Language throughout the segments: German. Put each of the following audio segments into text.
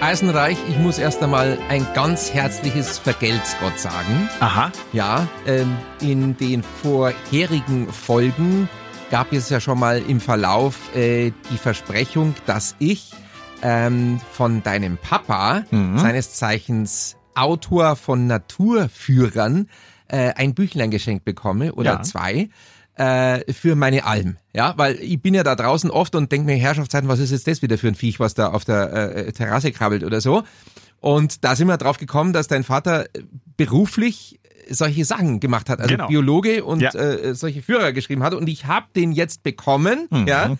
Eisenreich, ich muss erst einmal ein ganz herzliches Vergelt's Gott sagen. Aha. Ja, ähm, in den vorherigen Folgen gab es ja schon mal im Verlauf äh, die Versprechung, dass ich ähm, von deinem Papa, seines Zeichens Autor von Naturführern, äh, ein Büchlein geschenkt bekomme oder Ja. zwei äh, für meine Alm. Ja, weil ich bin ja da draußen oft und denke mir, Herrschaftszeiten, was ist jetzt das wieder für ein Viech, was da auf der äh, Terrasse krabbelt oder so. Und da sind wir drauf gekommen, dass dein Vater beruflich solche Sachen gemacht hat, also Genau. Biologe und Ja. äh, solche Führer geschrieben hat. Und ich habe den jetzt bekommen, Mhm. ja,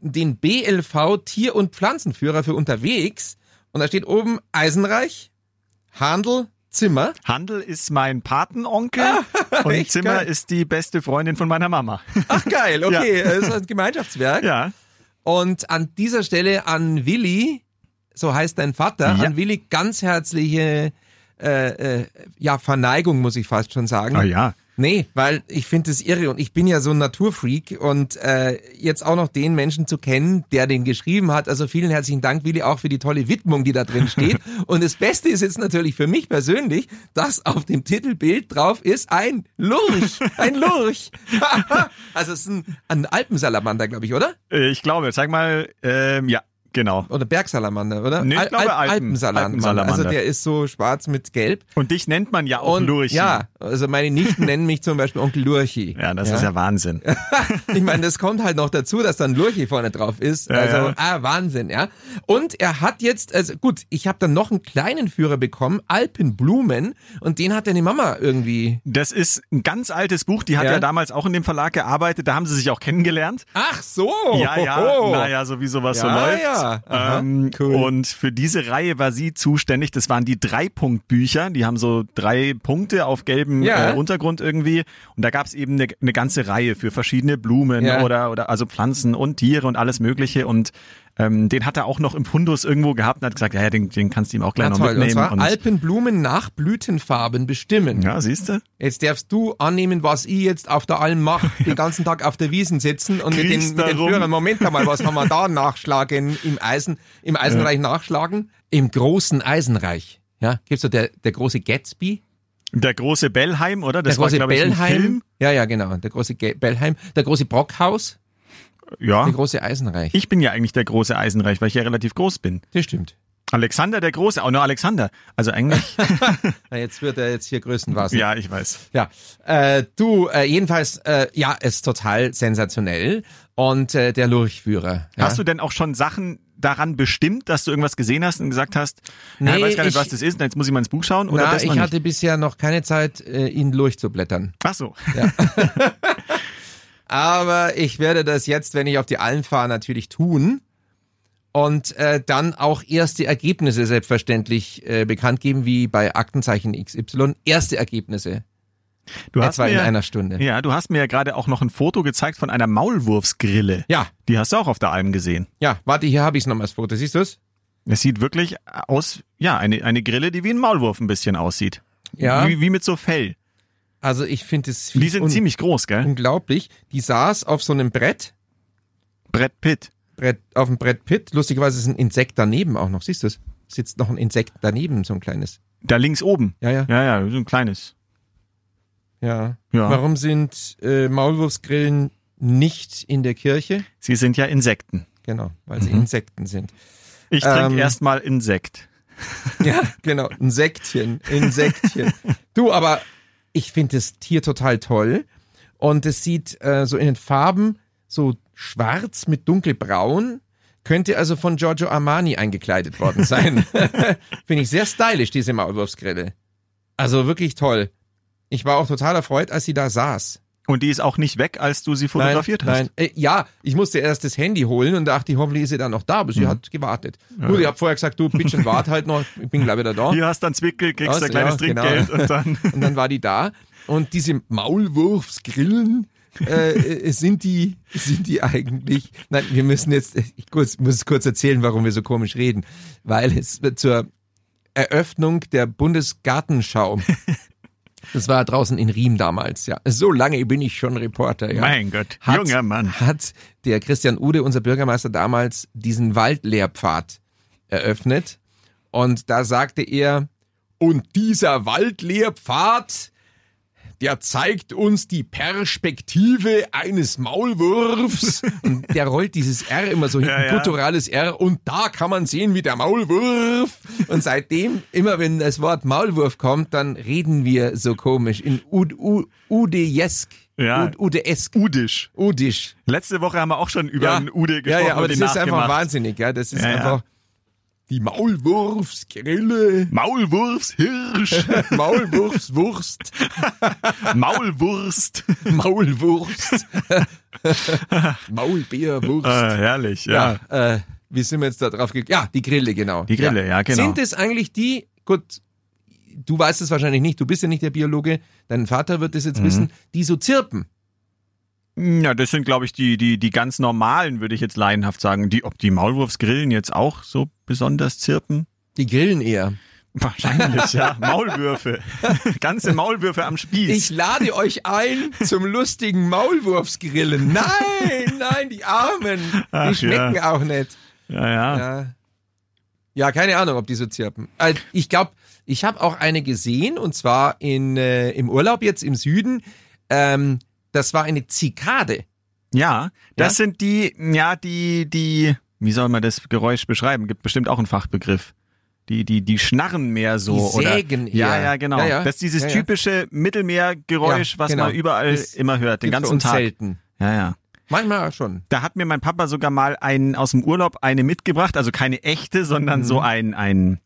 den BLV Tier- und Pflanzenführer für unterwegs. Und da steht oben Eisenreich, Handel, Zimmer. Handel ist mein Patenonkel und echt Zimmer geil. ist die beste Freundin von meiner Mama. Ach geil, okay, das ist ein Gemeinschaftswerk. ja. Und an dieser Stelle an Willi, so heißt dein Vater, Ja. an Willi ganz herzliche äh, äh, ja, Verneigung, muss ich fast schon sagen. Ah ja. Nee, weil ich finde es irre und ich bin ja so ein Naturfreak und äh, jetzt auch noch den Menschen zu kennen, der den geschrieben hat. Also vielen herzlichen Dank, Willi, auch für die tolle Widmung, die da drin steht. und das Beste ist jetzt natürlich für mich persönlich, dass auf dem Titelbild drauf ist ein Lurch, ein Lurch. also es ist ein, ein Alpensalamander, glaube ich, oder? Äh, Ich glaube, sag mal, ähm, ja, genau. Oder Bergsalamander, oder? Nee, ich Al- glaube, Alpen- Alpensalamander. Alpensalamander. Also der ist so schwarz mit gelb. Und dich nennt man ja auch Und Lurchen. ja, also meine Nichten nennen mich zum Beispiel Onkel Lurchi. Ja, das ist ja Wahnsinn. Ich meine, das kommt halt noch dazu, dass dann Lurchi vorne drauf ist. Ja, Also, ja. ah, Wahnsinn, ja. Und er hat jetzt, also gut, ich habe dann noch einen kleinen Führer bekommen, Alpenblumen, und den hat deine Mama irgendwie. Das ist ein ganz altes Buch, die hat Ja. ja, damals auch in dem Verlag gearbeitet, da haben sie sich auch kennengelernt. Ach so! Ja, ja, naja, so wie sowas so Oh. Ja, läuft. ja. Aha, ähm, cool. Und für diese Reihe war sie zuständig. Das waren die Drei-Punkt-Bücher. Die haben so drei Punkte auf gelbem Ja. äh, Untergrund irgendwie. Und da gab's eben eine eine ganze Reihe für verschiedene Blumen Ja. oder, oder also Pflanzen und Tiere und alles Mögliche. Und ähm, den hat er auch noch im Fundus irgendwo gehabt und hat gesagt, ja, ja den, den kannst du ihm auch gleich Na noch Ah, toll, und mitnehmen. zwar Alpenblumen nach Blütenfarben bestimmen. ja, siehst du? Jetzt darfst du annehmen, was ich jetzt auf der Alm mache, den ganzen Tag auf der Wiesen sitzen und mit den, Kriechst mit den darum. Führern, Moment einmal, was haben wir da nachschlagen, im Eisen, im Eisenreich nachschlagen? Im großen Eisenreich. Ja, gibt's so der, der große Gatsby? Der große Bellheim, oder? Das der große war, glaube ich, ein Film. Ja, ja, genau. Der große Ge Bellheim, der große Brockhaus, Ja. der große Eisenreich. Ah. Ich bin ja eigentlich der große Eisenreich, weil ich ja relativ groß bin. Das stimmt. Alexander der Große, auch nur Alexander. Also eigentlich, Na, jetzt wird er jetzt hier Größenwasser. ja, ich weiß. Ja, äh, du, äh, jedenfalls, äh, ja, ist total sensationell. Und äh, der Lurchführer. Ja. Hast du denn auch schon Sachen daran bestimmt, dass du irgendwas gesehen hast und gesagt hast, ja, Nee, ich weiß gar nicht, ich- was das ist, jetzt muss ich mal ins Buch schauen oder Na, das ich noch nicht? hatte bisher noch keine Zeit, äh, ihn durchzublättern. Ach so. Aber ich werde das jetzt, wenn ich auf die Alm fahre, natürlich tun. Und äh, dann auch erste Ergebnisse selbstverständlich äh, bekannt geben, wie bei Aktenzeichen XY. Erste Ergebnisse, Du hast etwa mir in ja- einer Stunde. Ja, du hast mir ja gerade auch noch ein Foto gezeigt von einer Maulwurfsgrille. Ja, Die hast du auch auf der Alm gesehen. ja, warte, hier habe ich es nochmal als Foto. Siehst du es? Es sieht wirklich aus, ja, eine, eine Grille, die wie ein Maulwurf ein bisschen aussieht. Ja. Wie, wie mit so Fell. Also ich finde es Die sind un- ziemlich ne? groß, gell? unglaublich. Die saß auf so einem Brett, Brett Pitt. Brett auf dem Brett Pit. Lustigerweise ist ein Insekt daneben auch noch. Siehst du es? Sitzt noch ein Insekt daneben, so ein kleines. Da links oben. Ja, ja. Ja, ja, so ein kleines. Ja. Ja. Warum sind äh, Maulwurfsgrillen nicht in der Kirche? Sie sind ja Insekten. Genau, weil sie Insekten sind. Ich trinke Ähm. erstmal Insekt. Ja, genau. Insektchen, Insektchen. du, aber ich finde das Tier total toll. Und es sieht äh, so in den Farben so schwarz mit dunkelbraun. Könnte also von Giorgio Armani eingekleidet worden sein. finde ich sehr stylisch, diese Maulwurfsgrille. Also wirklich toll. Ich war auch total erfreut, als sie da saß. Und die ist auch nicht weg, als du sie fotografiert hast. nein. Äh, ja, ich musste erst das Handy holen und dachte, hoffentlich ist sie dann noch da, aber sie Mhm. hat gewartet. Gut, ich habe vorher gesagt, du, bitte wart halt noch, ich bin gleich wieder da. Hier hast du einen Zwickel, kriegst Das- ein kleines ja, genau. Trinkgeld und dann. Und dann war die da und diese Maulwurfsgrillen äh, äh, sind die sind die eigentlich nein wir müssen jetzt ich kurz, muss kurz erzählen warum wir so komisch reden weil es zur Eröffnung der Bundesgartenschau das war draußen in Riem damals ja so lange bin ich schon Reporter ja Mein Gott, hat, junger Mann. hat der Christian Ude, unser Bürgermeister damals, diesen Waldlehrpfad eröffnet. Und da sagte er, und dieser Waldlehrpfad, der zeigt uns die Perspektive eines Maulwurfs. Und der rollt dieses R immer so hin, Ja, ein ja. gutturales R. Und da kann man sehen, wie der Maulwurf. Und seitdem, immer wenn das Wort Maulwurf kommt, dann reden wir so komisch in Ud- U- Udejesk. Ja. Ud- Udeesk. Udisch. Udisch. Letzte Woche haben wir auch schon über einen Ude gesprochen. Ja, ja, aber und das ihn ist einfach nachgemacht. wahnsinnig, ja. Das ist Ja, ja. einfach die Maulwurfsgrille, Maulwurfshirsch, Maulwurfswurst, Maulwurst. Maulwurst, Maulbeerwurst. äh, herrlich, ja. ja, äh, wie sind wir jetzt da drauf gekommen? Ja, die Grille, genau. Die Grille, ja, genau. Sind es eigentlich die, gut, du weißt es wahrscheinlich nicht, du bist ja nicht der Biologe, dein Vater wird es Mhm. jetzt wissen, die so zirpen. Hm, Ja, das sind, glaube ich, die, die, die ganz normalen, würde ich jetzt laienhaft sagen. Die, ob die Maulwurfsgrillen jetzt auch so besonders zirpen? Die grillen eher. Wahrscheinlich, ja. Maulwürfe. Ganze Maulwürfe am Spieß. Ich lade euch ein zum lustigen Maulwurfsgrillen. Nein, nein, die Armen. Die Ach, Ah. schmecken auch nicht. ja, ja, Ja. ja, keine Ahnung, ob die so zirpen. Also, Ich glaube, ich habe auch eine gesehen und zwar in, äh, im Urlaub jetzt im Süden. Ähm, das war eine Zikade. Ja, das sind die, ja, die, die, wie soll man das Geräusch beschreiben? Gibt bestimmt auch einen Fachbegriff. Die, die, die schnarren mehr so. Die sägen Oh, oder, ja, eher. ja, genau. Ja, ja. Das ist dieses Ja, ja. typische Mittelmeergeräusch, Ja, was genau. man überall Das immer hört, den Gibt's bei ganzen uns Tag. selten. Ja, ja. Manchmal schon. Da hat mir mein Papa sogar mal einen aus dem Urlaub eine mitgebracht, also keine echte, sondern Mhm. so ein, ein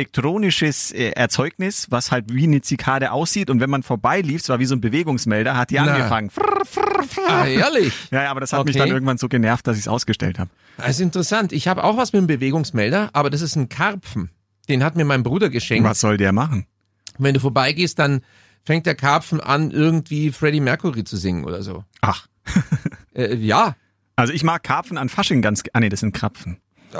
elektronisches äh, Erzeugnis, was halt wie eine Zikade aussieht. Und wenn man vorbeilief, es war wie so ein Bewegungsmelder, hat die Na. angefangen. Frrr, frrr, frrr. Ah, ehrlich? Ja, ja, aber das hat mich Okay. dann irgendwann so genervt, dass ich es ausgestellt habe. Das ist interessant. Ich habe auch was mit einem Bewegungsmelder, aber das ist ein Karpfen. Den hat mir mein Bruder geschenkt. Was soll der machen? Wenn du vorbeigehst, dann fängt der Karpfen an, irgendwie Freddie Mercury zu singen oder so. Ach. Äh, ja. Also ich mag Karpfen an Fasching ganz. Ah nee, das sind Krapfen. Oh,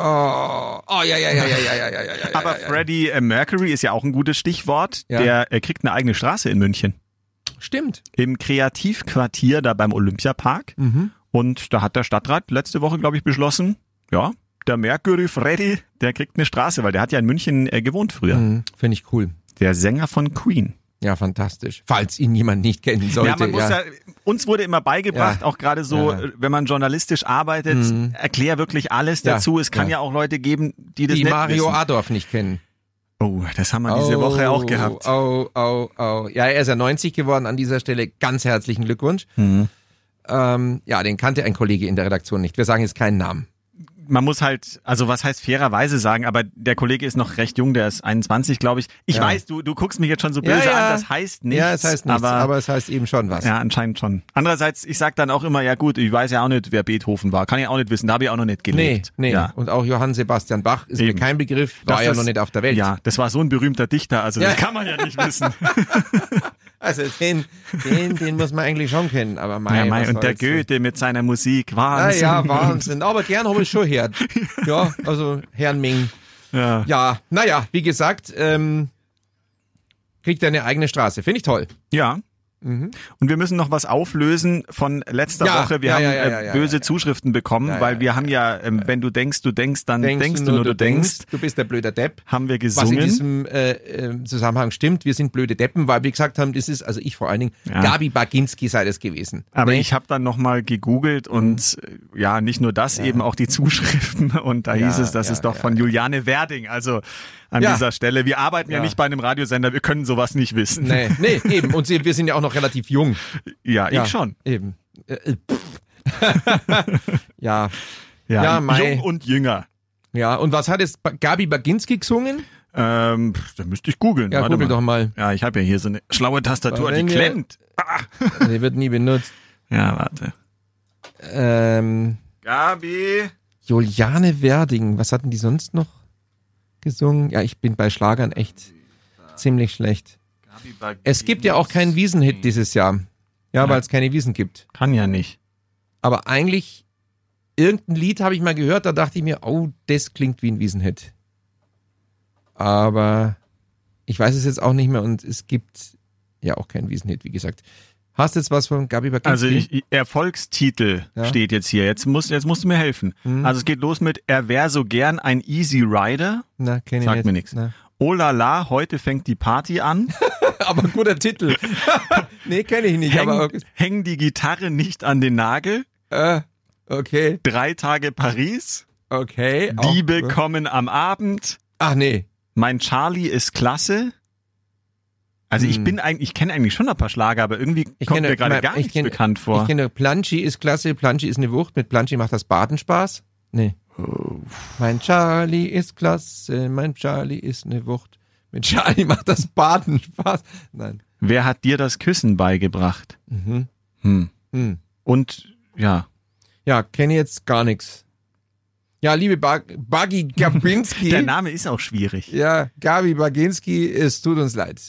oh ja, ja, ja, ja, ja, ja, ja, ja, ja. Aber ja, ja. Freddie äh, Mercury ist ja auch ein gutes Stichwort. Ja. Der äh, kriegt eine eigene Straße in München. Stimmt. Im Kreativquartier da beim Olympiapark. Mhm. Und da hat der Stadtrat letzte Woche, glaube ich, beschlossen, ja, der Mercury Freddy, der kriegt eine Straße, weil der hat ja in München äh, gewohnt früher. Mhm. Finde ich cool. Der Sänger von Queen. Ja, fantastisch. Falls ihn jemand nicht kennen sollte. ja, man muss ja, uns wurde immer beigebracht, Ja. auch gerade so, Ja. Mhm. äh, wenn man journalistisch arbeitet, erklär wirklich alles Ja. dazu. Es kann ja. Ja. auch Leute geben, die das die nicht Mario wissen. Adorf nicht kennen. Oh, das haben wir diese Oh, Woche auch gehabt. Oh, oh, oh. Ja, er ist ja 90 geworden an dieser Stelle. Ganz herzlichen Glückwunsch. Ähm, ja, den kannte ein Kollege in der Redaktion nicht. Wir sagen jetzt keinen Namen. Man muss halt, also was heißt fairerweise sagen, aber der Kollege ist noch recht jung, der ist 21, glaube ich. Ich Ja. weiß, du, du guckst mich jetzt schon so böse ja. an, das heißt nichts. ja, es heißt nichts, aber, aber, es heißt eben schon was. Ja, anscheinend schon. Andererseits, ich sag dann auch immer, ja gut, ich weiß ja auch nicht, wer Beethoven war. Kann ich auch nicht wissen, da habe ich auch noch nicht Nee, gelebt. nee. Ja. Und auch Johann Sebastian Bach ist mir Eben. kein Begriff, war Dass ja das- noch nicht auf der Welt. Ja, das war so ein berühmter Dichter, also Ja. das kann man ja nicht wissen. Also den, den, den muss man eigentlich schon kennen, aber mein, Ja, mei, was und der soll's. Goethe mit seiner Musik, Wahnsinn. Naja, Wahnsinn. Aber gern habe ich schon gehört. Ja, also Herrn Ming. Ja. Ja, naja, wie gesagt, ähm, kriegt er eine eigene Straße. Finde ich toll. Ja. Und wir müssen noch was auflösen von letzter Mhm. Ja, Woche. Wir ja, haben ja, ja, äh, ja, ja, böse ja, ja. Zuschriften bekommen, Ja, ja, weil wir haben ja, ähm, wenn du denkst, du denkst, dann denkst, du nur, du denkst, Du bist der blöde Depp. haben wir Was in gesungen. diesem äh, äh, Zusammenhang stimmt, wir sind blöde Deppen, weil wir gesagt haben, das ist, also ich vor allen Dingen, Ja. Gabi Baginski sei das gewesen. Ne? Aber Nee? Mhm. ich habe dann nochmal gegoogelt und äh, ja, nicht nur das, eben auch die Zuschriften und da Ja, hieß es, das ja, ist doch ja, von Juliane Werding. Also an Ja. dieser Stelle, wir arbeiten ja. Ja. nicht bei einem Radiosender, wir können sowas nicht wissen. Nee, nee, eben. Und sie, wir sind ja auch noch relativ jung. Ja, ich ja, schon. Eben. Äh, äh, pff. ja, Ja, Ja, mei. jung und jünger. ja. Und was hat jetzt Ba- Gabi Baginski gesungen? Ähm, pff, da müsste ich googeln. Ja, Warte google mal. doch mal. Ja, ich habe ja hier so eine schlaue Tastatur, Aber die wenn wir- klemmt. Die wird nie benutzt. Ja, warte. Ähm, Gabi. Juliane Werding, was hatten die sonst noch gesungen? Ja, ich bin bei Schlagern echt ziemlich schlecht. Gabi Baginis. Es gibt ja auch keinen Wiesenhit dieses Jahr. Ja, weil es keine Wiesen gibt. Kann ja nicht. Aber eigentlich, irgendein Lied habe ich mal gehört, da dachte ich mir, oh, das klingt wie ein Wiesenhit. Aber ich weiß es jetzt auch nicht mehr und es gibt ja auch keinen Wiesenhit, wie gesagt. Hast jetzt was von Gabi Bakinski? Also ich, ich- Erfolgstitel Ja. steht jetzt hier. Jetzt, muss, jetzt musst du mir helfen. Hm? Also es geht los mit Er wär so gern ein Easy Rider. Na, kenn ich sagt nicht. mir nichts. Na. Oh la la, heute fängt die Party an. Aber guter Titel. nee, kenne ich nicht. aber Häng, okay. häng die Gitarre nicht an den Nagel. Äh, okay. Drei Tage Paris. Okay. auch- äh, ne? Diebe kommen am Abend. Ach nee. Mein Charlie ist klasse. Also ich Hm. bin eigentlich, ich kenne eigentlich schon ein paar Schlager, aber irgendwie Ich kommt kenne- mir gerade ich gar nichts kenne- bekannt vor. Ich kenne Planschi ist klasse, Planschi ist eine Wucht, mit Planschi macht das Baden Spaß. Nee. Mein Charlie ist klasse, mein Charlie ist eine Wucht. Mit Charlie macht das Baden Spaß. Nein. Wer hat dir das Küssen beigebracht? Mhm. Hm. Hm. Und ja, Ja, kenne jetzt gar nichts. Ja, liebe Bug Buggy der Gabinski. Name ist auch schwierig. ja, Gabi Baginski, es tut uns leid.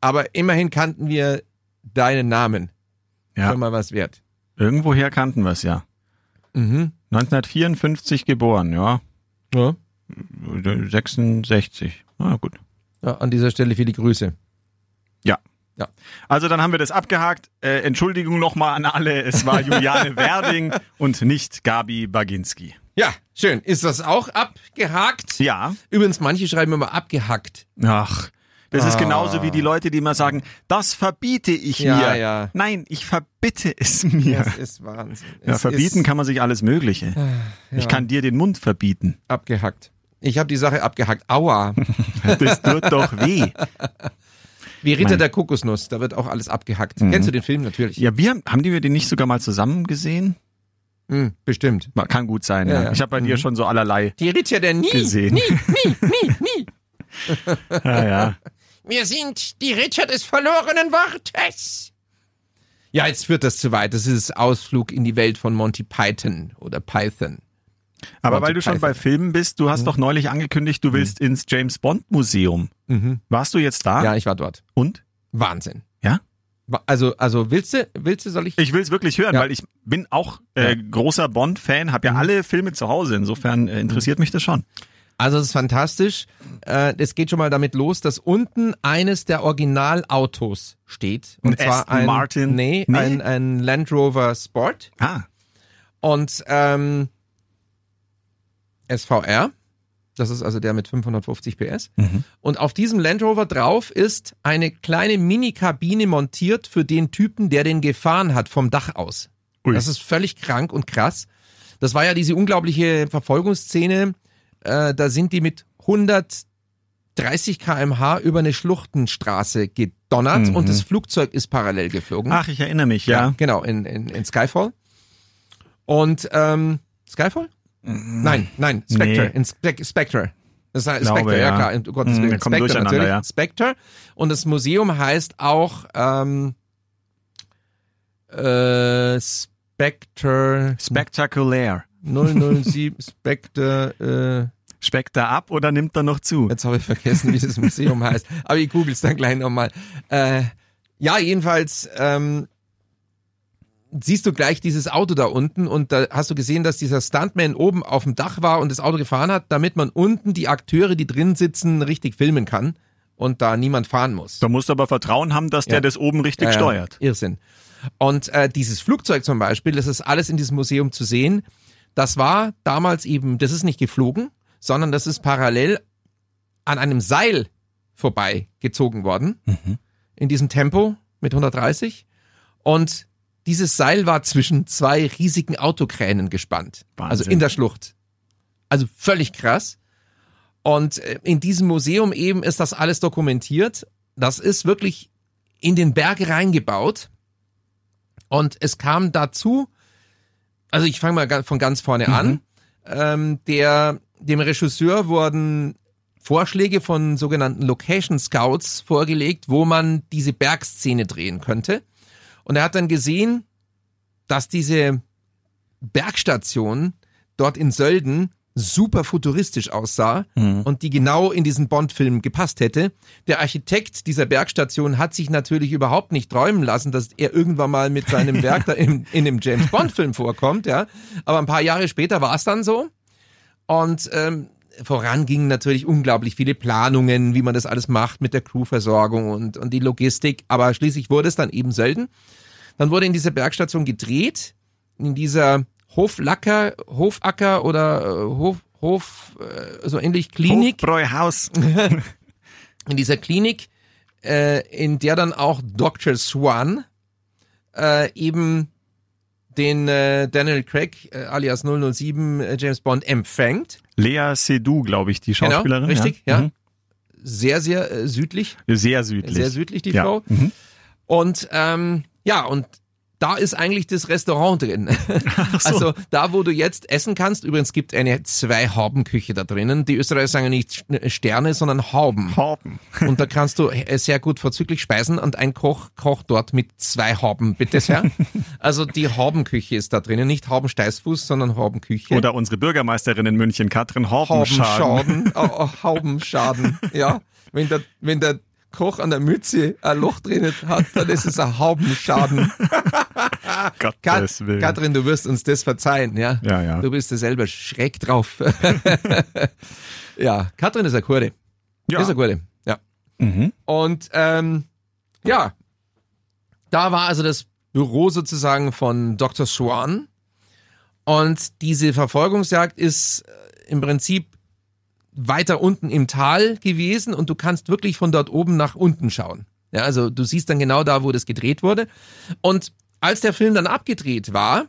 Aber immerhin kannten wir deinen Namen. Ja, Schon mal was wert. irgendwoher kannten wir es ja. Mhm. 1954 geboren, ja. Ja. 66. Na gut. Ja, an dieser Stelle viele Grüße. Also dann haben wir das abgehakt. Äh, Entschuldigung nochmal an alle. Es war Juliane Werding und nicht Gabi Baginski. Ja, schön. Ist das auch abgehakt? Ja. Übrigens, manche schreiben immer abgehackt. Ach. Das ist Ah. genauso wie die Leute, die immer sagen, das verbiete ich Ja, mir. ja. Nein, ich verbitte es mir. Das ist Wahnsinn. Ja, Es verbieten ist Ah, kann man sich alles Mögliche. Ich kann dir den Mund verbieten. abgehackt. Ich habe die Sache abgehackt. Aua. Das tut doch weh. Wie Ritter Mein- der Kokosnuss, da wird auch alles abgehackt. Kennst du den Film natürlich? Mhm. Ja, wir haben die wir den nicht sogar mal zusammen gesehen? Hm, bestimmt. Ma- Kann gut sein. Ja, Ja, ja. Mhm. Ich habe bei dir schon so allerlei Die Ritter der Nie. gesehen. Nie, nie, nie, nie. Ja, ja. Wir sind die Ritter des verlorenen Wortes. Ja, jetzt führt das zu weit. Das ist Ausflug in die Welt von Monty Python oder Python. Aber Monty weil du schon bei Python. Filmen bist, du hast Mhm. doch neulich angekündigt, du willst ins James Bond Museum. Warst du jetzt da? Mhm. Ja, ich war dort. Und? Wahnsinn. Ja? Wa- Also, also willst du, willst du, soll ich? Ich will es wirklich hören, Ja. Mhm. weil ich bin auch äh, großer Bond-Fan, habe ja alle Filme zu Hause. Insofern äh, interessiert mich das schon. Also es ist fantastisch. Äh, Es geht schon mal damit los, dass unten eines der Originalautos steht. Und Ein zwar Aston ein, Martin? Nee, Nee? Ein, ein Land Rover Sport Ah, und ähm, SVR. Das ist also der mit 550 PS. Und auf diesem Land Rover drauf ist eine kleine Mini-Kabine montiert für den Typen, der den gefahren hat vom Dach aus. Ui. Das ist völlig krank und krass. Das war ja diese unglaubliche Verfolgungsszene. Äh, da sind die mit 130 kmh über eine Schluchtenstraße gedonnert Mhm. und das Flugzeug ist parallel geflogen. ach, ich erinnere mich, ja. Genau, in, in, in Skyfall. Und ähm, Skyfall? Nein, nein, Spectre. Nee. In Spe Spectre. Das heißt Glaube, Spectre, ja, ja. klar, um Gottes Mm, wir Willen. kommen Spectre durcheinander, natürlich. ja. Spectre. Und das Museum heißt auch ähm, äh, Spectre Spektakulär. 007 Spectre. Äh, Speckt er ab oder nimmt er noch zu? Jetzt habe ich vergessen, wie das Museum heißt. Aber ich google es dann gleich nochmal. Äh, ja, jedenfalls ähm, siehst du gleich dieses Auto da unten und da hast du gesehen, dass dieser Stuntman oben auf dem Dach war und das Auto gefahren hat, damit man unten die Akteure, die drin sitzen, richtig filmen kann und da niemand fahren muss. Da musst du aber Vertrauen haben, dass Ja. der das oben richtig Ja, ja, steuert. Irrsinn. Und äh, dieses Flugzeug zum Beispiel, das ist alles in diesem Museum zu sehen. Das war damals eben, das ist nicht geflogen, sondern das ist parallel an einem Seil vorbei gezogen worden. In diesem Tempo mit 130. Und dieses Seil war zwischen zwei riesigen Autokränen gespannt. Wahnsinn. Also in der Schlucht. Also völlig krass. Und äh, in diesem Museum eben ist das alles dokumentiert. Das ist wirklich in den Berg reingebaut. Und es kam dazu, also ich fange mal ga- von ganz vorne an, ähm, der, dem Regisseur wurden Vorschläge von sogenannten Location Scouts vorgelegt, wo man diese Bergszene drehen könnte. Und er hat dann gesehen, dass diese Bergstation dort in Sölden super futuristisch aussah und die genau in diesen Bond-Film gepasst hätte. Der Architekt dieser Bergstation hat sich natürlich überhaupt nicht träumen lassen, dass er irgendwann mal mit seinem Werk da in, in einem James Bond-Film vorkommt, ja. Aber ein paar Jahre später war es dann so. Und ähm, voran gingen natürlich unglaublich viele Planungen, wie man das alles macht mit der Crewversorgung und, und die Logistik. Aber schließlich wurde es dann eben Sölden. Dann wurde in dieser Bergstation gedreht, in dieser Hoflacker, Hofacker oder äh, Hof, Hof, äh, so ähnlich Klinik Hofbräuhaus. in dieser Klinik, äh, in der dann auch Dr. Swan äh, eben den äh, Daniel Craig äh, alias 007 äh, James Bond empfängt. Lea Seydoux, glaube ich, die Schauspielerin. Genau, richtig, ja. Mhm. Sehr, sehr äh, südlich, Sehr südlich. sehr südlich die ja. Frau. Mhm. Und ähm, ja, und da ist eigentlich das Restaurant drin. Also da, wo du jetzt essen kannst, übrigens gibt eine zwei Haubenküche da drinnen. Die Österreicher sagen ja nicht Sterne, sondern Hauben. Hauben. Und da kannst du äh, sehr gut vorzüglich speisen und ein Koch kocht dort mit zwei Hauben, bitte sehr. Also die Haubenküche ist da drinnen, nicht Haubensteißfuß, sondern Haubenküche. Oder unsere Bürgermeisterin in München, Katrin Haubenschaden. Horbenschaden. Oh, oh, Haubenschaden, ja. Wenn der, wenn der Koch an der Mütze ein Loch drin hat, dann ist es ein Haubenschaden. Kat Um Gottes Willen. Katrin, du wirst uns das verzeihen, ja? Ja, ja. Du bist ja selber schräg drauf. ja, Katrin ist eine Kurde. Ja. Ist eine Kurde, ja. Mhm. Und ähm, ja, da war also das Büro sozusagen von Dr. Swan. Und diese Verfolgungsjagd ist äh, im Prinzip weiter unten im Tal gewesen und du kannst wirklich von dort oben nach unten schauen. Ja, also du siehst dann genau da, wo das gedreht wurde. Und als der Film dann abgedreht war,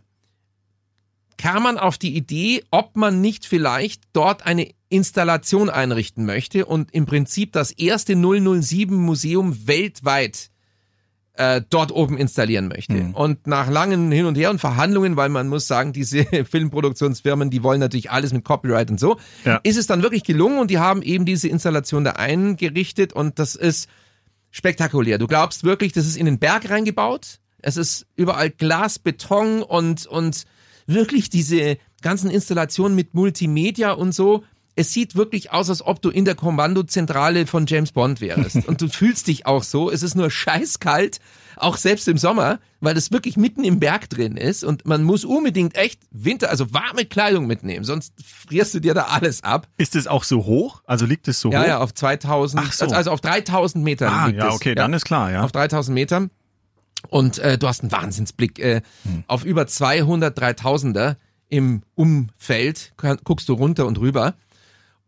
kam man auf die Idee, ob man nicht vielleicht dort eine Installation einrichten möchte und im Prinzip das erste 007 Museum weltweit äh, dort oben installieren möchte. Und nach langen Hin und Her und Verhandlungen, weil man muss sagen, diese Filmproduktionsfirmen, die wollen natürlich alles mit Copyright und so, Ja. ist es dann wirklich gelungen und die haben eben diese Installation da eingerichtet und das ist spektakulär. Du glaubst wirklich, das ist in den Berg reingebaut. Es ist überall Glas, Beton und, und wirklich diese ganzen Installationen mit Multimedia und so. Es sieht wirklich aus, als ob du in der Kommandozentrale von James Bond wärst. Und du fühlst dich auch so. Es ist nur scheißkalt, auch selbst im Sommer, weil es wirklich mitten im Berg drin ist. Und man muss unbedingt echt Winter, also warme Kleidung mitnehmen, sonst frierst du dir da alles ab. Ist es auch so hoch? Also liegt es so Ja, hoch? ja, auf 2000, Ach so. also auf 3000 Metern Ah, liegt ja, es. okay, dann ist klar, ja. auf 3000 Metern. Und äh, du hast einen Wahnsinnsblick. Äh, Auf über 200 3000er im Umfeld kann, guckst du runter und rüber.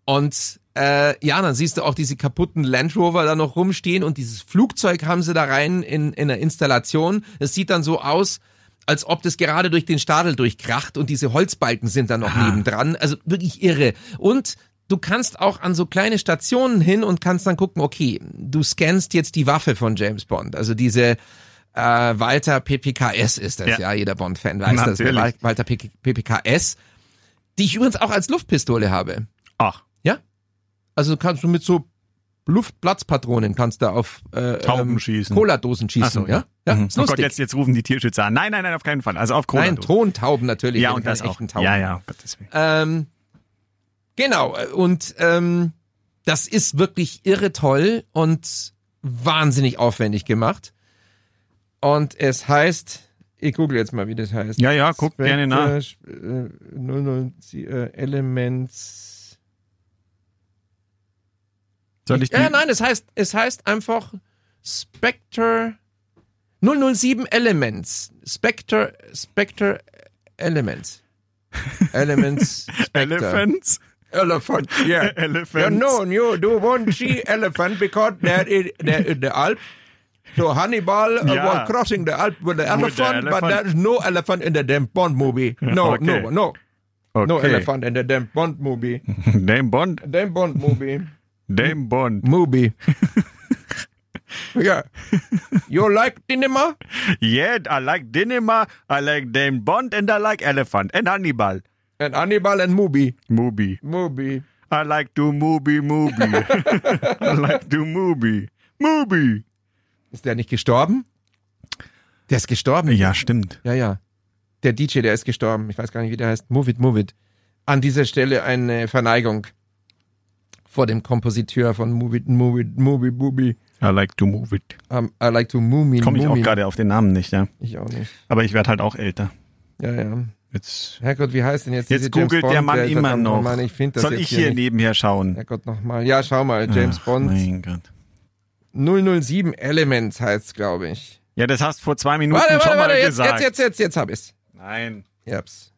Und äh, ja, dann siehst du auch diese kaputten Land Rover da noch rumstehen und dieses Flugzeug haben sie da rein in, in der Installation. Es sieht dann so aus, als ob das gerade durch den Stadel durchkracht und diese Holzbalken sind da noch nebendran. Also wirklich irre. Und du kannst auch an so kleine Stationen hin und kannst dann gucken, okay, du scannst jetzt die Waffe von James Bond. Also diese äh, Walter PPKS ist das, ja, Ja. jeder Bond-Fan weiß das. Natürlich. Wal- Walter P- PPKS, die ich übrigens auch als Luftpistole habe. Ach, Also kannst du mit so Luftplatzpatronen kannst da auf äh, Tauben ähm, schießen. Cola-Dosen schießen, Ach so, ja? ja. Ja, Mhm. ist Oh lustig. Gott, jetzt, jetzt rufen die Tierschützer an. Nein, nein, nein, auf keinen Fall. Also auf Cola. Nein, Tontauben natürlich. ja, keine und das auch. echten Tauben. Ja, ja, um Gottes Willen. Ähm, genau, äh, und ähm, das ist wirklich irre toll und wahnsinnig aufwendig gemacht. Und es heißt, ich google jetzt mal, wie das heißt. Ja, ja, guck gerne nach. Spectre, äh, 00 sie- äh, Elements. Soll ich die? Ja, ja, nein, es heißt, es heißt einfach Spectre 007 Elements. Spectre, Spectre Elements. Elements. Spectre. Elephants? Elephant, yeah. Elephants. You know, you do won't see elephant because they're in, they're in the Alps. So Hannibal uh, Yeah. was crossing the Alps with the elephant, With the but elephant. there's no elephant in the damn Bond movie. No, Okay. no, no, Okay. no elephant in the damn Bond movie. Dame Bond? Damn Bond movie. Dame Bond. movie. yeah. You like cinema? Yeah, I like Dinema, I like Dame Bond and I like Elephant and Hannibal. And Hannibal and movie. Movie. Movie. I like to movie, movie. I like to movie, movie. Ist der nicht gestorben? Der ist gestorben. Ja, stimmt. Ja, ja. Der DJ, der ist gestorben. Ich weiß gar nicht, wie der heißt. Movit, Movit. An dieser Stelle eine Verneigung vor dem Kompositeur von Movit, Movit, Movie, Movie. I like to move it. Um, I like to Moomin. Komme ich auch Moomin. gerade auf den Namen nicht, ja. Ich auch nicht. Aber ich werde halt auch älter. Ja, ja. Jetzt Herrgott, wie heißt denn jetzt Jetzt diese James googelt der Bond? Mann immer verdammt noch. Mann, ich find das Soll jetzt ich hier nicht. nebenher schauen? Herrgott, nochmal. Ja, schau mal. James Ach, Bond. Mein Gott. 007 Elements heißt glaube ich. Ja, das hast vor zwei Minuten Warte, schon warte, mal warte. Jetzt, gesagt. jetzt, jetzt, jetzt, jetzt hab ich's. Nein. Ich hab's.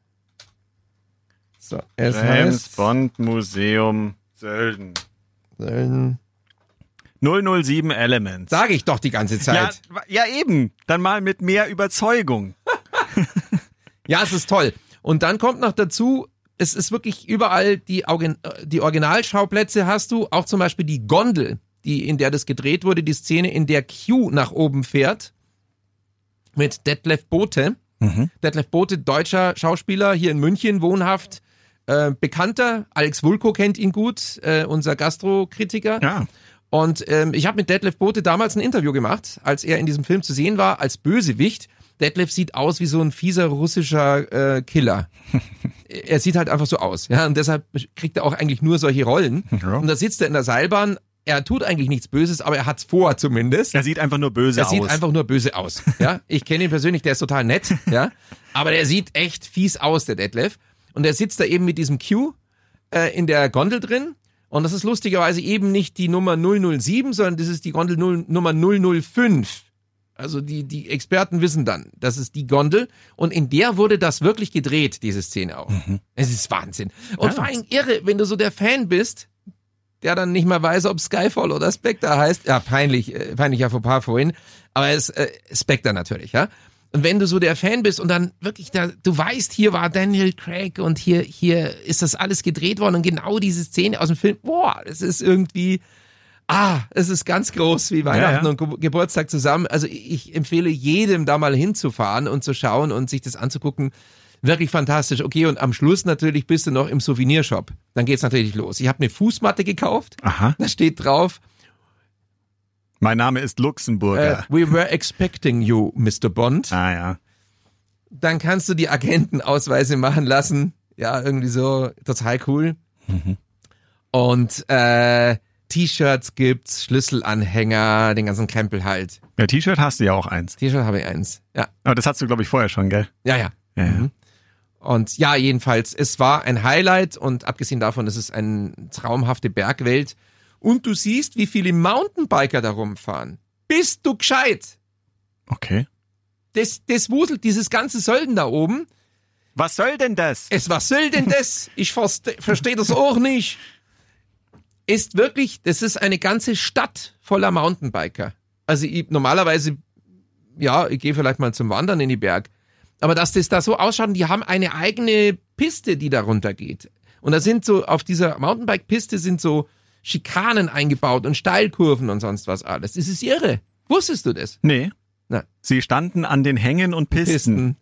So, es James heißt... Bond Museum Sölden. Bond. 007 Elements. Sage ich doch die ganze ja, Zeit. wa- ja, eben. Dann mal mit mehr Überzeugung. Ja, es ist toll. Und dann kommt noch dazu, es ist wirklich überall die, Augen, äh, die Originalschauplätze hast du, auch zum Beispiel die Gondel, die, in der das gedreht wurde, die Szene, in der Q nach oben fährt mit Detlef Bote. Detlef Bote, deutscher Schauspieler, hier in München wohnhaft, äh, bekannter. Alex Wulko kennt ihn gut, äh, unser Gastrokritiker. Ja. Und ähm, ich habe mit Detlef Bote damals ein Interview gemacht, als er in diesem Film zu sehen war, als Bösewicht. Detlef sieht aus wie so ein fieser russischer äh, Killer. er sieht halt einfach so aus. Ja, und deshalb kriegt er auch eigentlich nur solche Rollen. Ja. Und da sitzt er in der Seilbahn. Er tut eigentlich nichts Böses, aber er hat's vor zumindest. Er sieht einfach nur böse Er aus. sieht einfach nur böse aus. Ja, ich kenne ihn persönlich, der ist total nett, ja, aber der sieht echt fies aus, der Detlef. Und der sitzt da eben mit diesem Q äh, in der Gondel drin. Und das ist lustigerweise eben nicht die Nummer 007, sondern das ist die Gondel null- Nummer 005. Also die, die Experten wissen dann, das ist die Gondel. Und in der wurde das wirklich gedreht, diese Szene auch. Es ist Wahnsinn. Und Mhm. Ja. vor allem irre, wenn du so der Fan bist, der dann nicht mal weiß, ob Skyfall oder Spectre heißt. Ja, peinlich, äh, peinlicher Fauxpas vorhin. Aber es äh, Spectre natürlich, ja. Und wenn du so der Fan bist und dann wirklich da, du weißt, hier war Daniel Craig und hier, hier ist das alles gedreht worden und genau diese Szene aus dem Film, boah, es ist irgendwie, ah, es ist ganz groß wie Weihnachten ja. und Ge Geburtstag zusammen. Also ich empfehle jedem da mal hinzufahren und zu schauen und sich das anzugucken. Wirklich fantastisch. Okay, und am Schluss natürlich bist du noch im Souvenirshop. Dann geht's natürlich los. Ich habe eine Fußmatte gekauft. Aha. Da steht drauf, Mein Name ist äh, Luxemburger. we were expecting you, Mr. Bond. ah ja. Dann kannst du die Agentenausweise machen lassen. Ja, irgendwie so total cool. Mhm. Und äh, T-Shirts gibt's, Schlüsselanhänger, den ganzen Krempel halt. Ja, T-Shirt hast du ja auch eins. T-Shirt habe ich eins. Ja, Aber das hast du, glaube ich, vorher schon, gell? ja, ja. Ja, ja. Und ja, jedenfalls, es war ein Highlight und abgesehen davon, es ist eine traumhafte Bergwelt. Und du siehst, wie viele Mountainbiker da rumfahren. Bist du gescheit? Okay. Das, das wuselt dieses ganze Sölden da oben. Was soll denn das? Es was soll denn das? Ich verstehe das auch nicht. Ist wirklich, das ist eine ganze Stadt voller Mountainbiker. Also ich, normalerweise, ja, ich gehe vielleicht mal zum Wandern in die Berg. Aber dass das da so ausschaut, die haben eine eigene Piste, die da runtergeht. Und da sind so, auf dieser Mountainbike-Piste sind so Schikanen eingebaut und Steilkurven und sonst was alles. Das ist irre. Wusstest du das? Nee. Na. Sie standen an den Hängen und Pisten.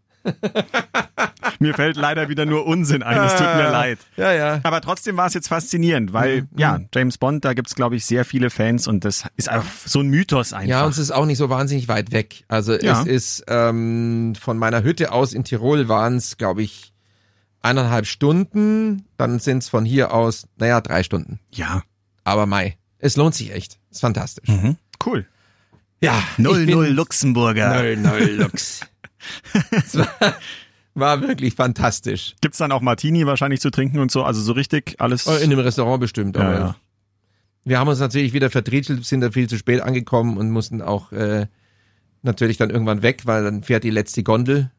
Mir fällt leider wieder nur Unsinn ein. Es tut mir leid. Mhm. Ja, ja. Äh. Aber trotzdem war es jetzt faszinierend, weil ja, James Bond, da gibt's glaube ich, sehr viele Fans und das ist einfach so ein Mythos einfach. Ja, und es ist auch nicht so wahnsinnig weit weg. Also Ja. es ist ähm, von meiner Hütte aus in Tirol waren es, glaube ich, eineinhalb Stunden. Dann sind es von hier aus, naja, drei Stunden. ja. Aber Mai, es lohnt sich echt. Ist fantastisch. Mhm. Cool. Ja, Ah, ich 0-0 bin- Luxemburger. Null null Lux. es war, war wirklich fantastisch. Gibt's dann auch Martini wahrscheinlich zu trinken und so? Also so richtig alles. Oh, In dem Restaurant bestimmt. ja, Aber ja. Wir haben uns natürlich wieder vertretelt, sind da viel zu spät angekommen und mussten auch äh, natürlich dann irgendwann weg, weil dann fährt die letzte Gondel.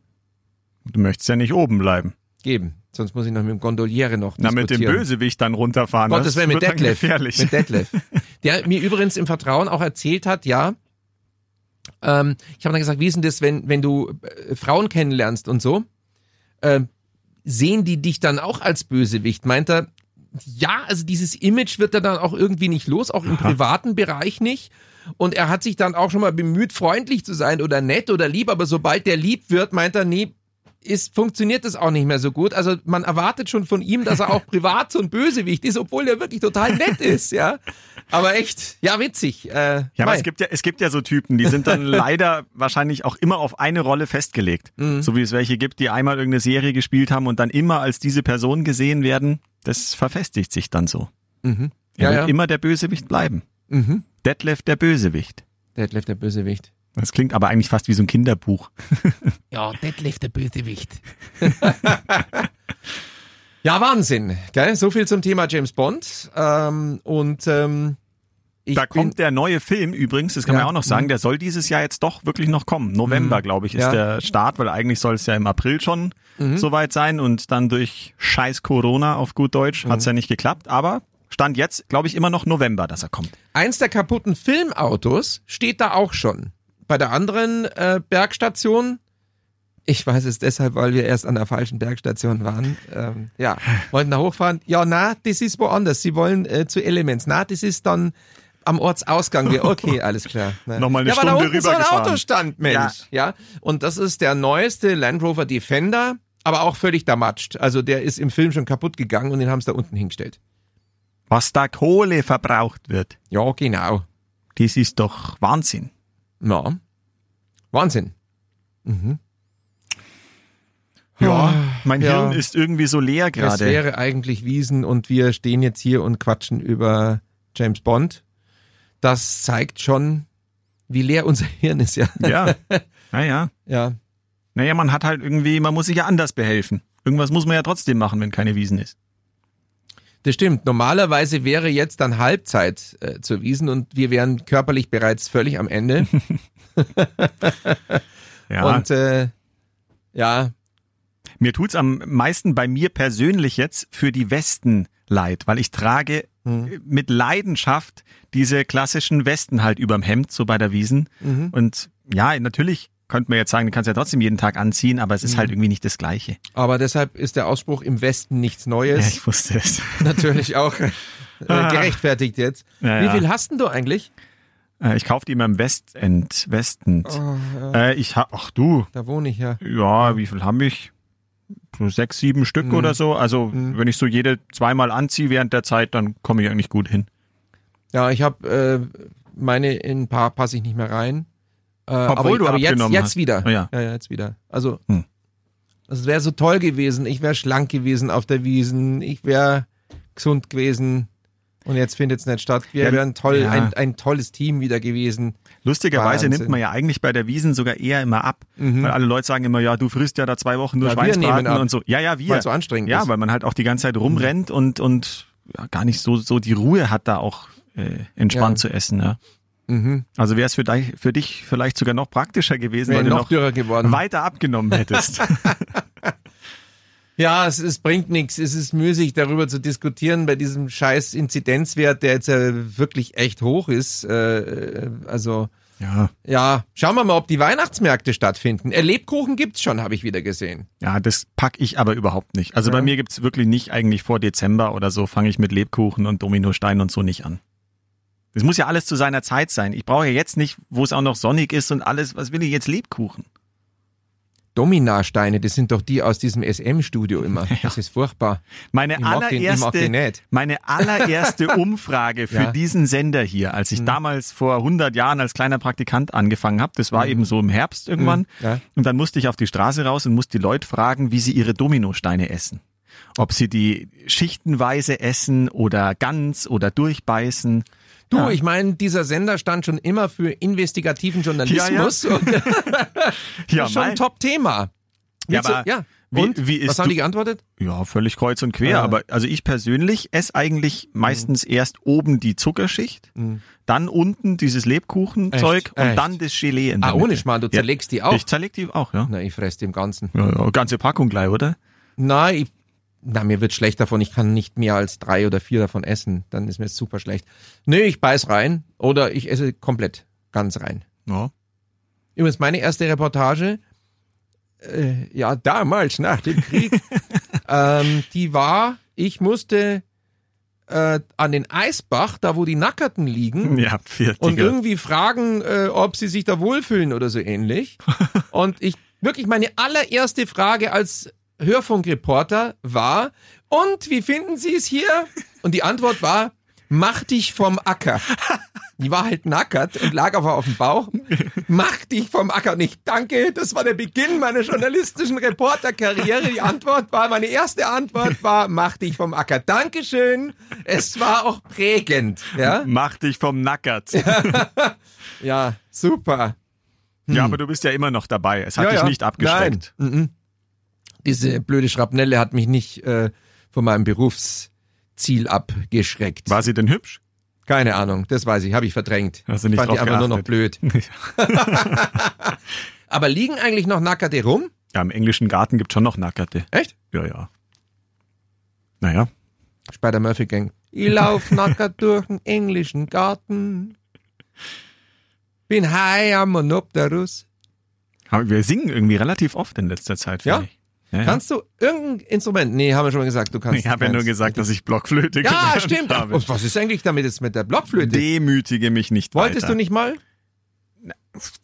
Du möchtest ja nicht oben bleiben. geben. Sonst muss ich noch mit dem Gondoliere noch Na, mit diskutieren. dem Bösewicht dann runterfahren. Gottes das Willen, mit wird dann Detlef. gefährlich. Mit Detlef. Der mir übrigens im Vertrauen auch erzählt hat, ja, ähm, ich habe dann gesagt, wie ist denn das, wenn, wenn du äh, Frauen kennenlernst und so, ähm, sehen die dich dann auch als Bösewicht? Meint er, ja, also dieses Image wird er dann auch irgendwie nicht los, auch im privaten Bereich nicht. Und er hat sich dann auch schon mal bemüht, freundlich zu sein oder nett oder lieb, aber sobald der lieb wird, meint er, nee, ist, funktioniert das auch nicht mehr so gut. Also man erwartet schon von ihm, dass er auch privat so ein Bösewicht ist, obwohl er wirklich total nett ist, ja. Aber echt, ja, witzig. Äh, Ja, aber mei. es gibt ja, es gibt ja so Typen, die sind dann leider wahrscheinlich auch immer auf eine Rolle festgelegt. Mhm. So wie es welche gibt, die einmal irgendeine Serie gespielt haben und dann immer als diese Person gesehen werden. Das verfestigt sich dann so. mhm. Er Ja, wird ja. immer der Bösewicht bleiben. Mhm. Detlef der Bösewicht. Detlef, der Bösewicht. Das klingt aber eigentlich fast wie so ein Kinderbuch. Ja, Detlef, der Bösewicht. ja, Wahnsinn. Gell? So viel zum Thema James Bond. Ähm, und ähm, ich da bin, kommt der neue Film übrigens, das kann Ja. Mhm. man ja auch noch sagen, der soll dieses Jahr jetzt doch wirklich noch kommen. November, glaube ich, ist Ja. Mhm. der Start, weil eigentlich soll es ja im April schon soweit sein und dann durch scheiß Corona auf gut Deutsch hat's Mhm. ja nicht geklappt, aber stand jetzt, glaube ich, immer noch November, dass er kommt. eins der kaputten Filmautos steht da auch schon. Bei der anderen äh, Bergstation. Ich weiß es deshalb, weil wir erst an der falschen Bergstation waren. Ähm, ja, wollten da hochfahren. Ja, na, das ist woanders. Sie wollen äh, zu Elements. Na, das ist dann am Ortsausgang. Wir- Okay, alles klar. Na. Nochmal eine ja, aber da Stunde unten ist so ein rübergefahren. Autostand, Mensch. Ja. ja. Und das ist der neueste Land Rover Defender, aber auch völlig damatscht. Also der ist im Film schon kaputt gegangen und den haben sie da unten hingestellt. Was da Kohle verbraucht wird, Ja, genau. das ist doch Wahnsinn. Ja. Wahnsinn. Mhm. Ja, mein Ah, ja. Hirn ist irgendwie so leer Es gerade. wäre eigentlich Wiesen und wir stehen jetzt hier und quatschen über James Bond. Das zeigt schon, wie leer unser Hirn ist, ja. Ja, naja. Ja, Naja, man hat halt irgendwie, man muss sich ja anders behelfen. Irgendwas muss man ja trotzdem machen, wenn keine Wiesen ist. das stimmt. Normalerweise wäre jetzt dann Halbzeit äh, zu Wiesen und wir wären körperlich bereits völlig am Ende. Ja, Und äh, ja, Mir tut's am meisten bei mir persönlich jetzt für die Westen leid, weil ich trage Mhm. äh, mit Leidenschaft diese klassischen Westen halt überm Hemd, so bei der Wiesen. Mhm. Und ja, natürlich könnte man jetzt sagen, den kannst du ja trotzdem jeden Tag anziehen, aber es ist Mhm. halt irgendwie nicht das Gleiche. aber deshalb ist der Ausspruch im Westen nichts Ja, Neues ich wusste es. natürlich auch äh, gerechtfertigt jetzt. Ah. Ja, Wie ja. viel hast denn du eigentlich? Äh, Ich kauf die immer im Westend, Westend. Oh. Äh, Ich hab, ach du, Da wohne ich ja. ja, wie viel haben ich? So sechs, sieben Mhm. Stück oder so. Also wenn ich so jede zweimal anziehe während der Zeit, dann komme ich eigentlich gut hin. Ja, ich habe äh, meine in ein paar passe ich nicht mehr rein. Äh, aber, du aber jetzt, abgenommen jetzt hast. wieder. Oh ja. ja, jetzt wieder. Also Hm. es wäre so toll gewesen. Ich wäre schlank gewesen auf der Wiesen. Ich wäre gesund gewesen. Und jetzt findet es nicht statt. Wir Ja, wären toll, ja. ein, ein tolles Team wieder gewesen. Lustigerweise Wahnsinn. nimmt man ja eigentlich bei der Wiesen sogar eher immer ab, Mhm. weil alle Leute sagen immer, ja, du frisst ja da zwei Wochen nur Ja, wir Schweinsbraten nehmen ab, und so. Ja, ja, wir. weil's so anstrengend ja, ist. weil man halt auch die ganze Zeit rumrennt und und ja, gar nicht so so die Ruhe hat da auch äh, entspannt Ja. zu essen. Ja. Mhm. Also wäre es für dich für dich vielleicht sogar noch praktischer gewesen, Wäre weil noch du noch dürrer geworden. weiter abgenommen hättest. Ja, es, es bringt nichts. Es ist müßig, darüber zu diskutieren bei diesem scheiß Inzidenzwert, der jetzt ja wirklich echt hoch ist. Äh, äh, also ja. Ja, schauen wir mal, ob die Weihnachtsmärkte stattfinden. Äh, Lebkuchen gibt's schon, habe ich wieder gesehen. Ja, das pack ich aber überhaupt nicht. Also bei mir gibt's wirklich nicht eigentlich vor Dezember oder so fange ich mit Lebkuchen und Dominostein und so nicht an. Es muss ja alles zu seiner Zeit sein. Ich brauche ja jetzt nicht, wo es auch noch sonnig ist und alles, was will ich jetzt Lebkuchen? Dominasteine, das sind doch die aus diesem SM-Studio immer. Das ist furchtbar. Meine Ich mag den- ich mag allererste, den nicht. meine allererste Umfrage für Ja. Mhm. diesen Sender hier, als ich damals vor 100 Jahren als kleiner Praktikant angefangen habe, das war Mhm. eben so im Herbst irgendwann. Hm, Ja. Und dann musste ich auf die Straße raus und musste die Leute fragen, wie sie ihre Dominosteine essen. Ob sie die schichtenweise essen oder ganz oder durchbeißen. Du, Ja. ich meine, dieser Sender stand schon immer für investigativen Journalismus. Ja, Und das Ja, ist schon mei. ein Top-Thema. Ja, Willst du- aber ja. wie- Und? wie ist Was haben du- die geantwortet? ja, Mhm. völlig kreuz und quer. Ah. Aber also ich persönlich esse eigentlich meistens erst oben die Zuckerschicht, dann unten dieses Lebkuchenzeug Echt? und Echt? dann das Gelee in der Ah, ohne Mitte. Schmarrn, du Ja. zerlegst die auch. Ich zerleg die auch, ja. Na, ich fress die im Ganzen. ja, ja ganze Packung gleich, oder? Na, ich, na, mir wird schlecht davon. Ich kann nicht mehr als drei oder vier davon essen. Dann ist mir super schlecht. Nö, ich beiß rein oder ich esse komplett ganz rein. Ja. Übrigens, meine erste Reportage, äh, ja, damals nach dem Krieg, ähm, die war, ich musste äh, an den Eisbach, da wo die Nackerten liegen, Ja, und fertig. irgendwie fragen, äh, ob sie sich da wohlfühlen oder so ähnlich. Und ich wirklich meine allererste Frage als Hörfunkreporter war, und wie finden Sie es hier? Und die Antwort war, mach dich vom Acker. Die war halt nackert und lag aber auf dem Bauch. Mach dich vom Acker. Und ich danke, das war der Beginn meiner journalistischen Reporterkarriere. Die Antwort war, meine erste Antwort war, mach dich vom Acker. Dankeschön. Es war auch prägend. Ja, Mach dich vom Nackert. ja super. Ja, aber du bist ja immer noch dabei. Es hat Ja, dich ja. nicht abgeschreckt. Nein. Mhm. Diese blöde Schrapnelle hat mich nicht äh, von meinem Berufsziel abgeschreckt. War sie denn hübsch? Keine Ahnung, das weiß ich, habe ich verdrängt. Hast du nicht Fand die drauf einfach nur noch blöd. Aber liegen eigentlich noch Nackerte rum? Ja, im englischen Garten gibt schon noch Nackerte. Echt? Ja, ja. Naja. Spider-Murphy-Gang. Ich lauf nackert durch den englischen Garten. Bin high am Monopterus. Aber wir singen irgendwie relativ oft in letzter Zeit. Ja? finde ich. ja, ja. Kannst du irgendein Instrument? Nee, haben wir schon mal gesagt, du kannst Ich habe ja nur keins. gesagt, dass ich Blockflöte Ja, gelernt stimmt. habe. Und was ist eigentlich damit jetzt mit der Blockflöte? Demütige mich nicht Wolltest weiter. du nicht mal?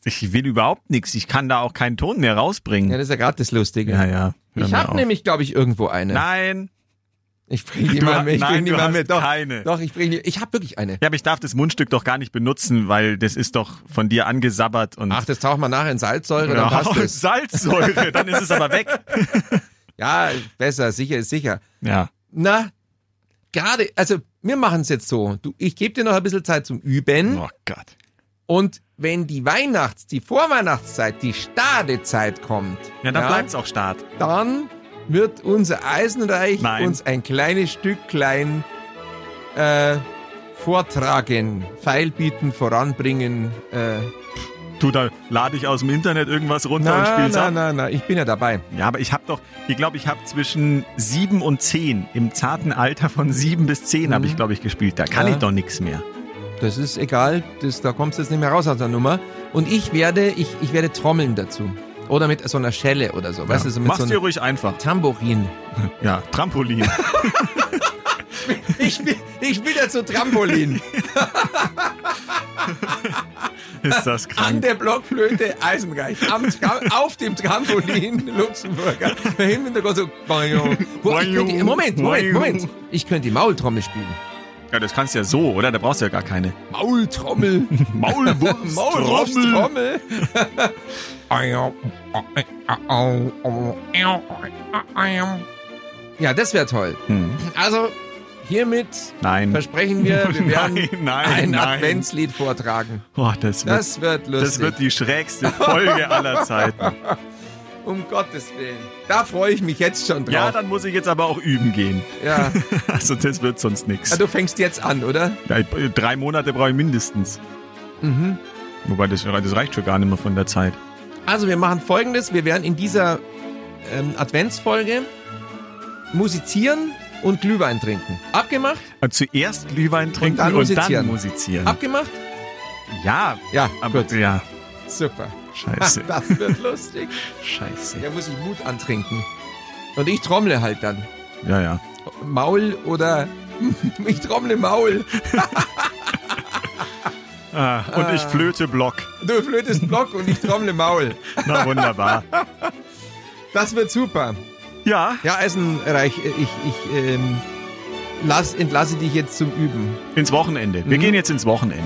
Ich will überhaupt nichts. Ich kann da auch keinen Ton mehr rausbringen. Ja, das ist ja gerade das Lustige. ja. ja. Hör ich mir habe auf. nämlich, glaube ich, irgendwo eine. Nein. Ich bringe die mal hast- mit. Ich nein, bringe die du mal hast mit. Doch, keine. doch ich bringe die. Ich habe wirklich eine. Ja, aber ich darf das Mundstück doch gar nicht benutzen, weil das ist doch von dir angesabbert und Ach, das taucht man nachher in Salzsäure, dann Ja, passt es. Salzsäure, dann ist es aber weg. Ja, besser, sicher ist sicher. Ja. Na, gerade, also wir machen es jetzt so. Du, ich gebe dir noch ein bisschen Zeit zum Üben. Oh Gott. Und wenn die Weihnachts-, die Vorweihnachtszeit, die Stadezeit kommt, Ja, dann bleibt's auch Start. dann wird unser Eisenreich Nein. uns ein kleines Stück klein äh, vortragen, feilbieten, voranbringen. Äh, Du, da lade ich aus dem Internet irgendwas runter und na, spiel's na, ab. na, na, ich bin ja dabei. Ja, aber ich habe doch, ich glaube, ich habe zwischen sieben und zehn, im zarten Alter von sieben bis zehn habe ich, glaube ich, gespielt. Da kann Mhm. Ja. ich doch nichts mehr. Das ist egal, das, da kommst du jetzt nicht mehr raus aus der Nummer. Und ich werde, ich, ich werde trommeln dazu. Oder mit so einer Schelle oder so. Weißt du, ja. so mit Mach's so dir einem ruhig einfach. Tambourin. Ja, Trampolin. Ich will, ich will dazu Trampolin. ist das An krank. der Blockflöte Eisenreich. Am Tra auf dem Trampolin Luxemburger. Im Hintergrund so. Boah, ich könnte, die- Moment, Moment, Moment. Ich könnte die Maultrommel spielen. Ja, das kannst du ja so, oder? Da brauchst du ja gar keine. Maultrommel. Maulwurst. Trommel. Maulwurfstrommel. Ja, das wäre toll. Hm. Also, hiermit Nein. versprechen wir, wir werden Nein, nein, ein nein. Adventslied vortragen. Boah, das wird, das, Das wird lustig. wird die schrägste Folge aller Zeiten. um Gottes Willen. Da freue ich mich jetzt schon drauf. Ja, dann muss ich jetzt aber auch üben gehen. Ja. Also das wird sonst nichts. Ah, Du fängst jetzt an, oder? Drei Monate brauche ich mindestens. Mhm. Wobei, das, das reicht schon gar nicht mehr von der Zeit. Also wir machen folgendes, wir werden in dieser ähm, Adventsfolge musizieren und Glühwein trinken. Abgemacht? Und Also zuerst Glühwein trinken und dann dann musizieren. musizieren. Abgemacht? ja, Ja, aber gut. ja, Super. scheiße, Das wird lustig. scheiße. Da muss ich Mut antrinken. Und ich trommle halt dann. Ja, ja. Maul oder... Ich trommle Maul. Ah, und ich flöte Block. Du flötest Block und ich trommle Maul. Na wunderbar. Das wird super. Ja, Ja, Eisenreich, ich, ich ähm, lass, entlasse dich jetzt zum Üben. ins Wochenende. Wir Mhm. gehen jetzt ins Wochenende.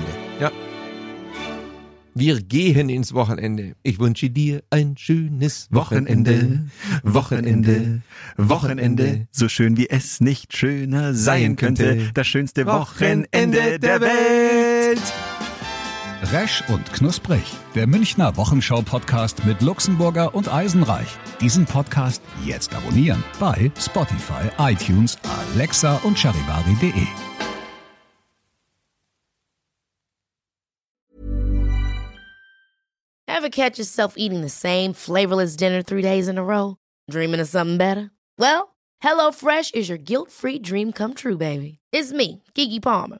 Wir gehen ins Wochenende. Ich wünsche dir ein schönes Wochenende. Wochenende, Wochenende. so schön wie es nicht schöner sein könnte. Das schönste Resch und knusprig. Der Münchner Wochenschau-Podcast mit Luxemburger und Eisenreich. Diesen Podcast jetzt abonnieren bei Spotify, iTunes, Alexa und charivari.de. Ever catch yourself eating the same flavorless dinner three days in a row? Dreaming of something better? Well, HelloFresh is your guilt free dream come true, baby. It's me, Gigi Palmer.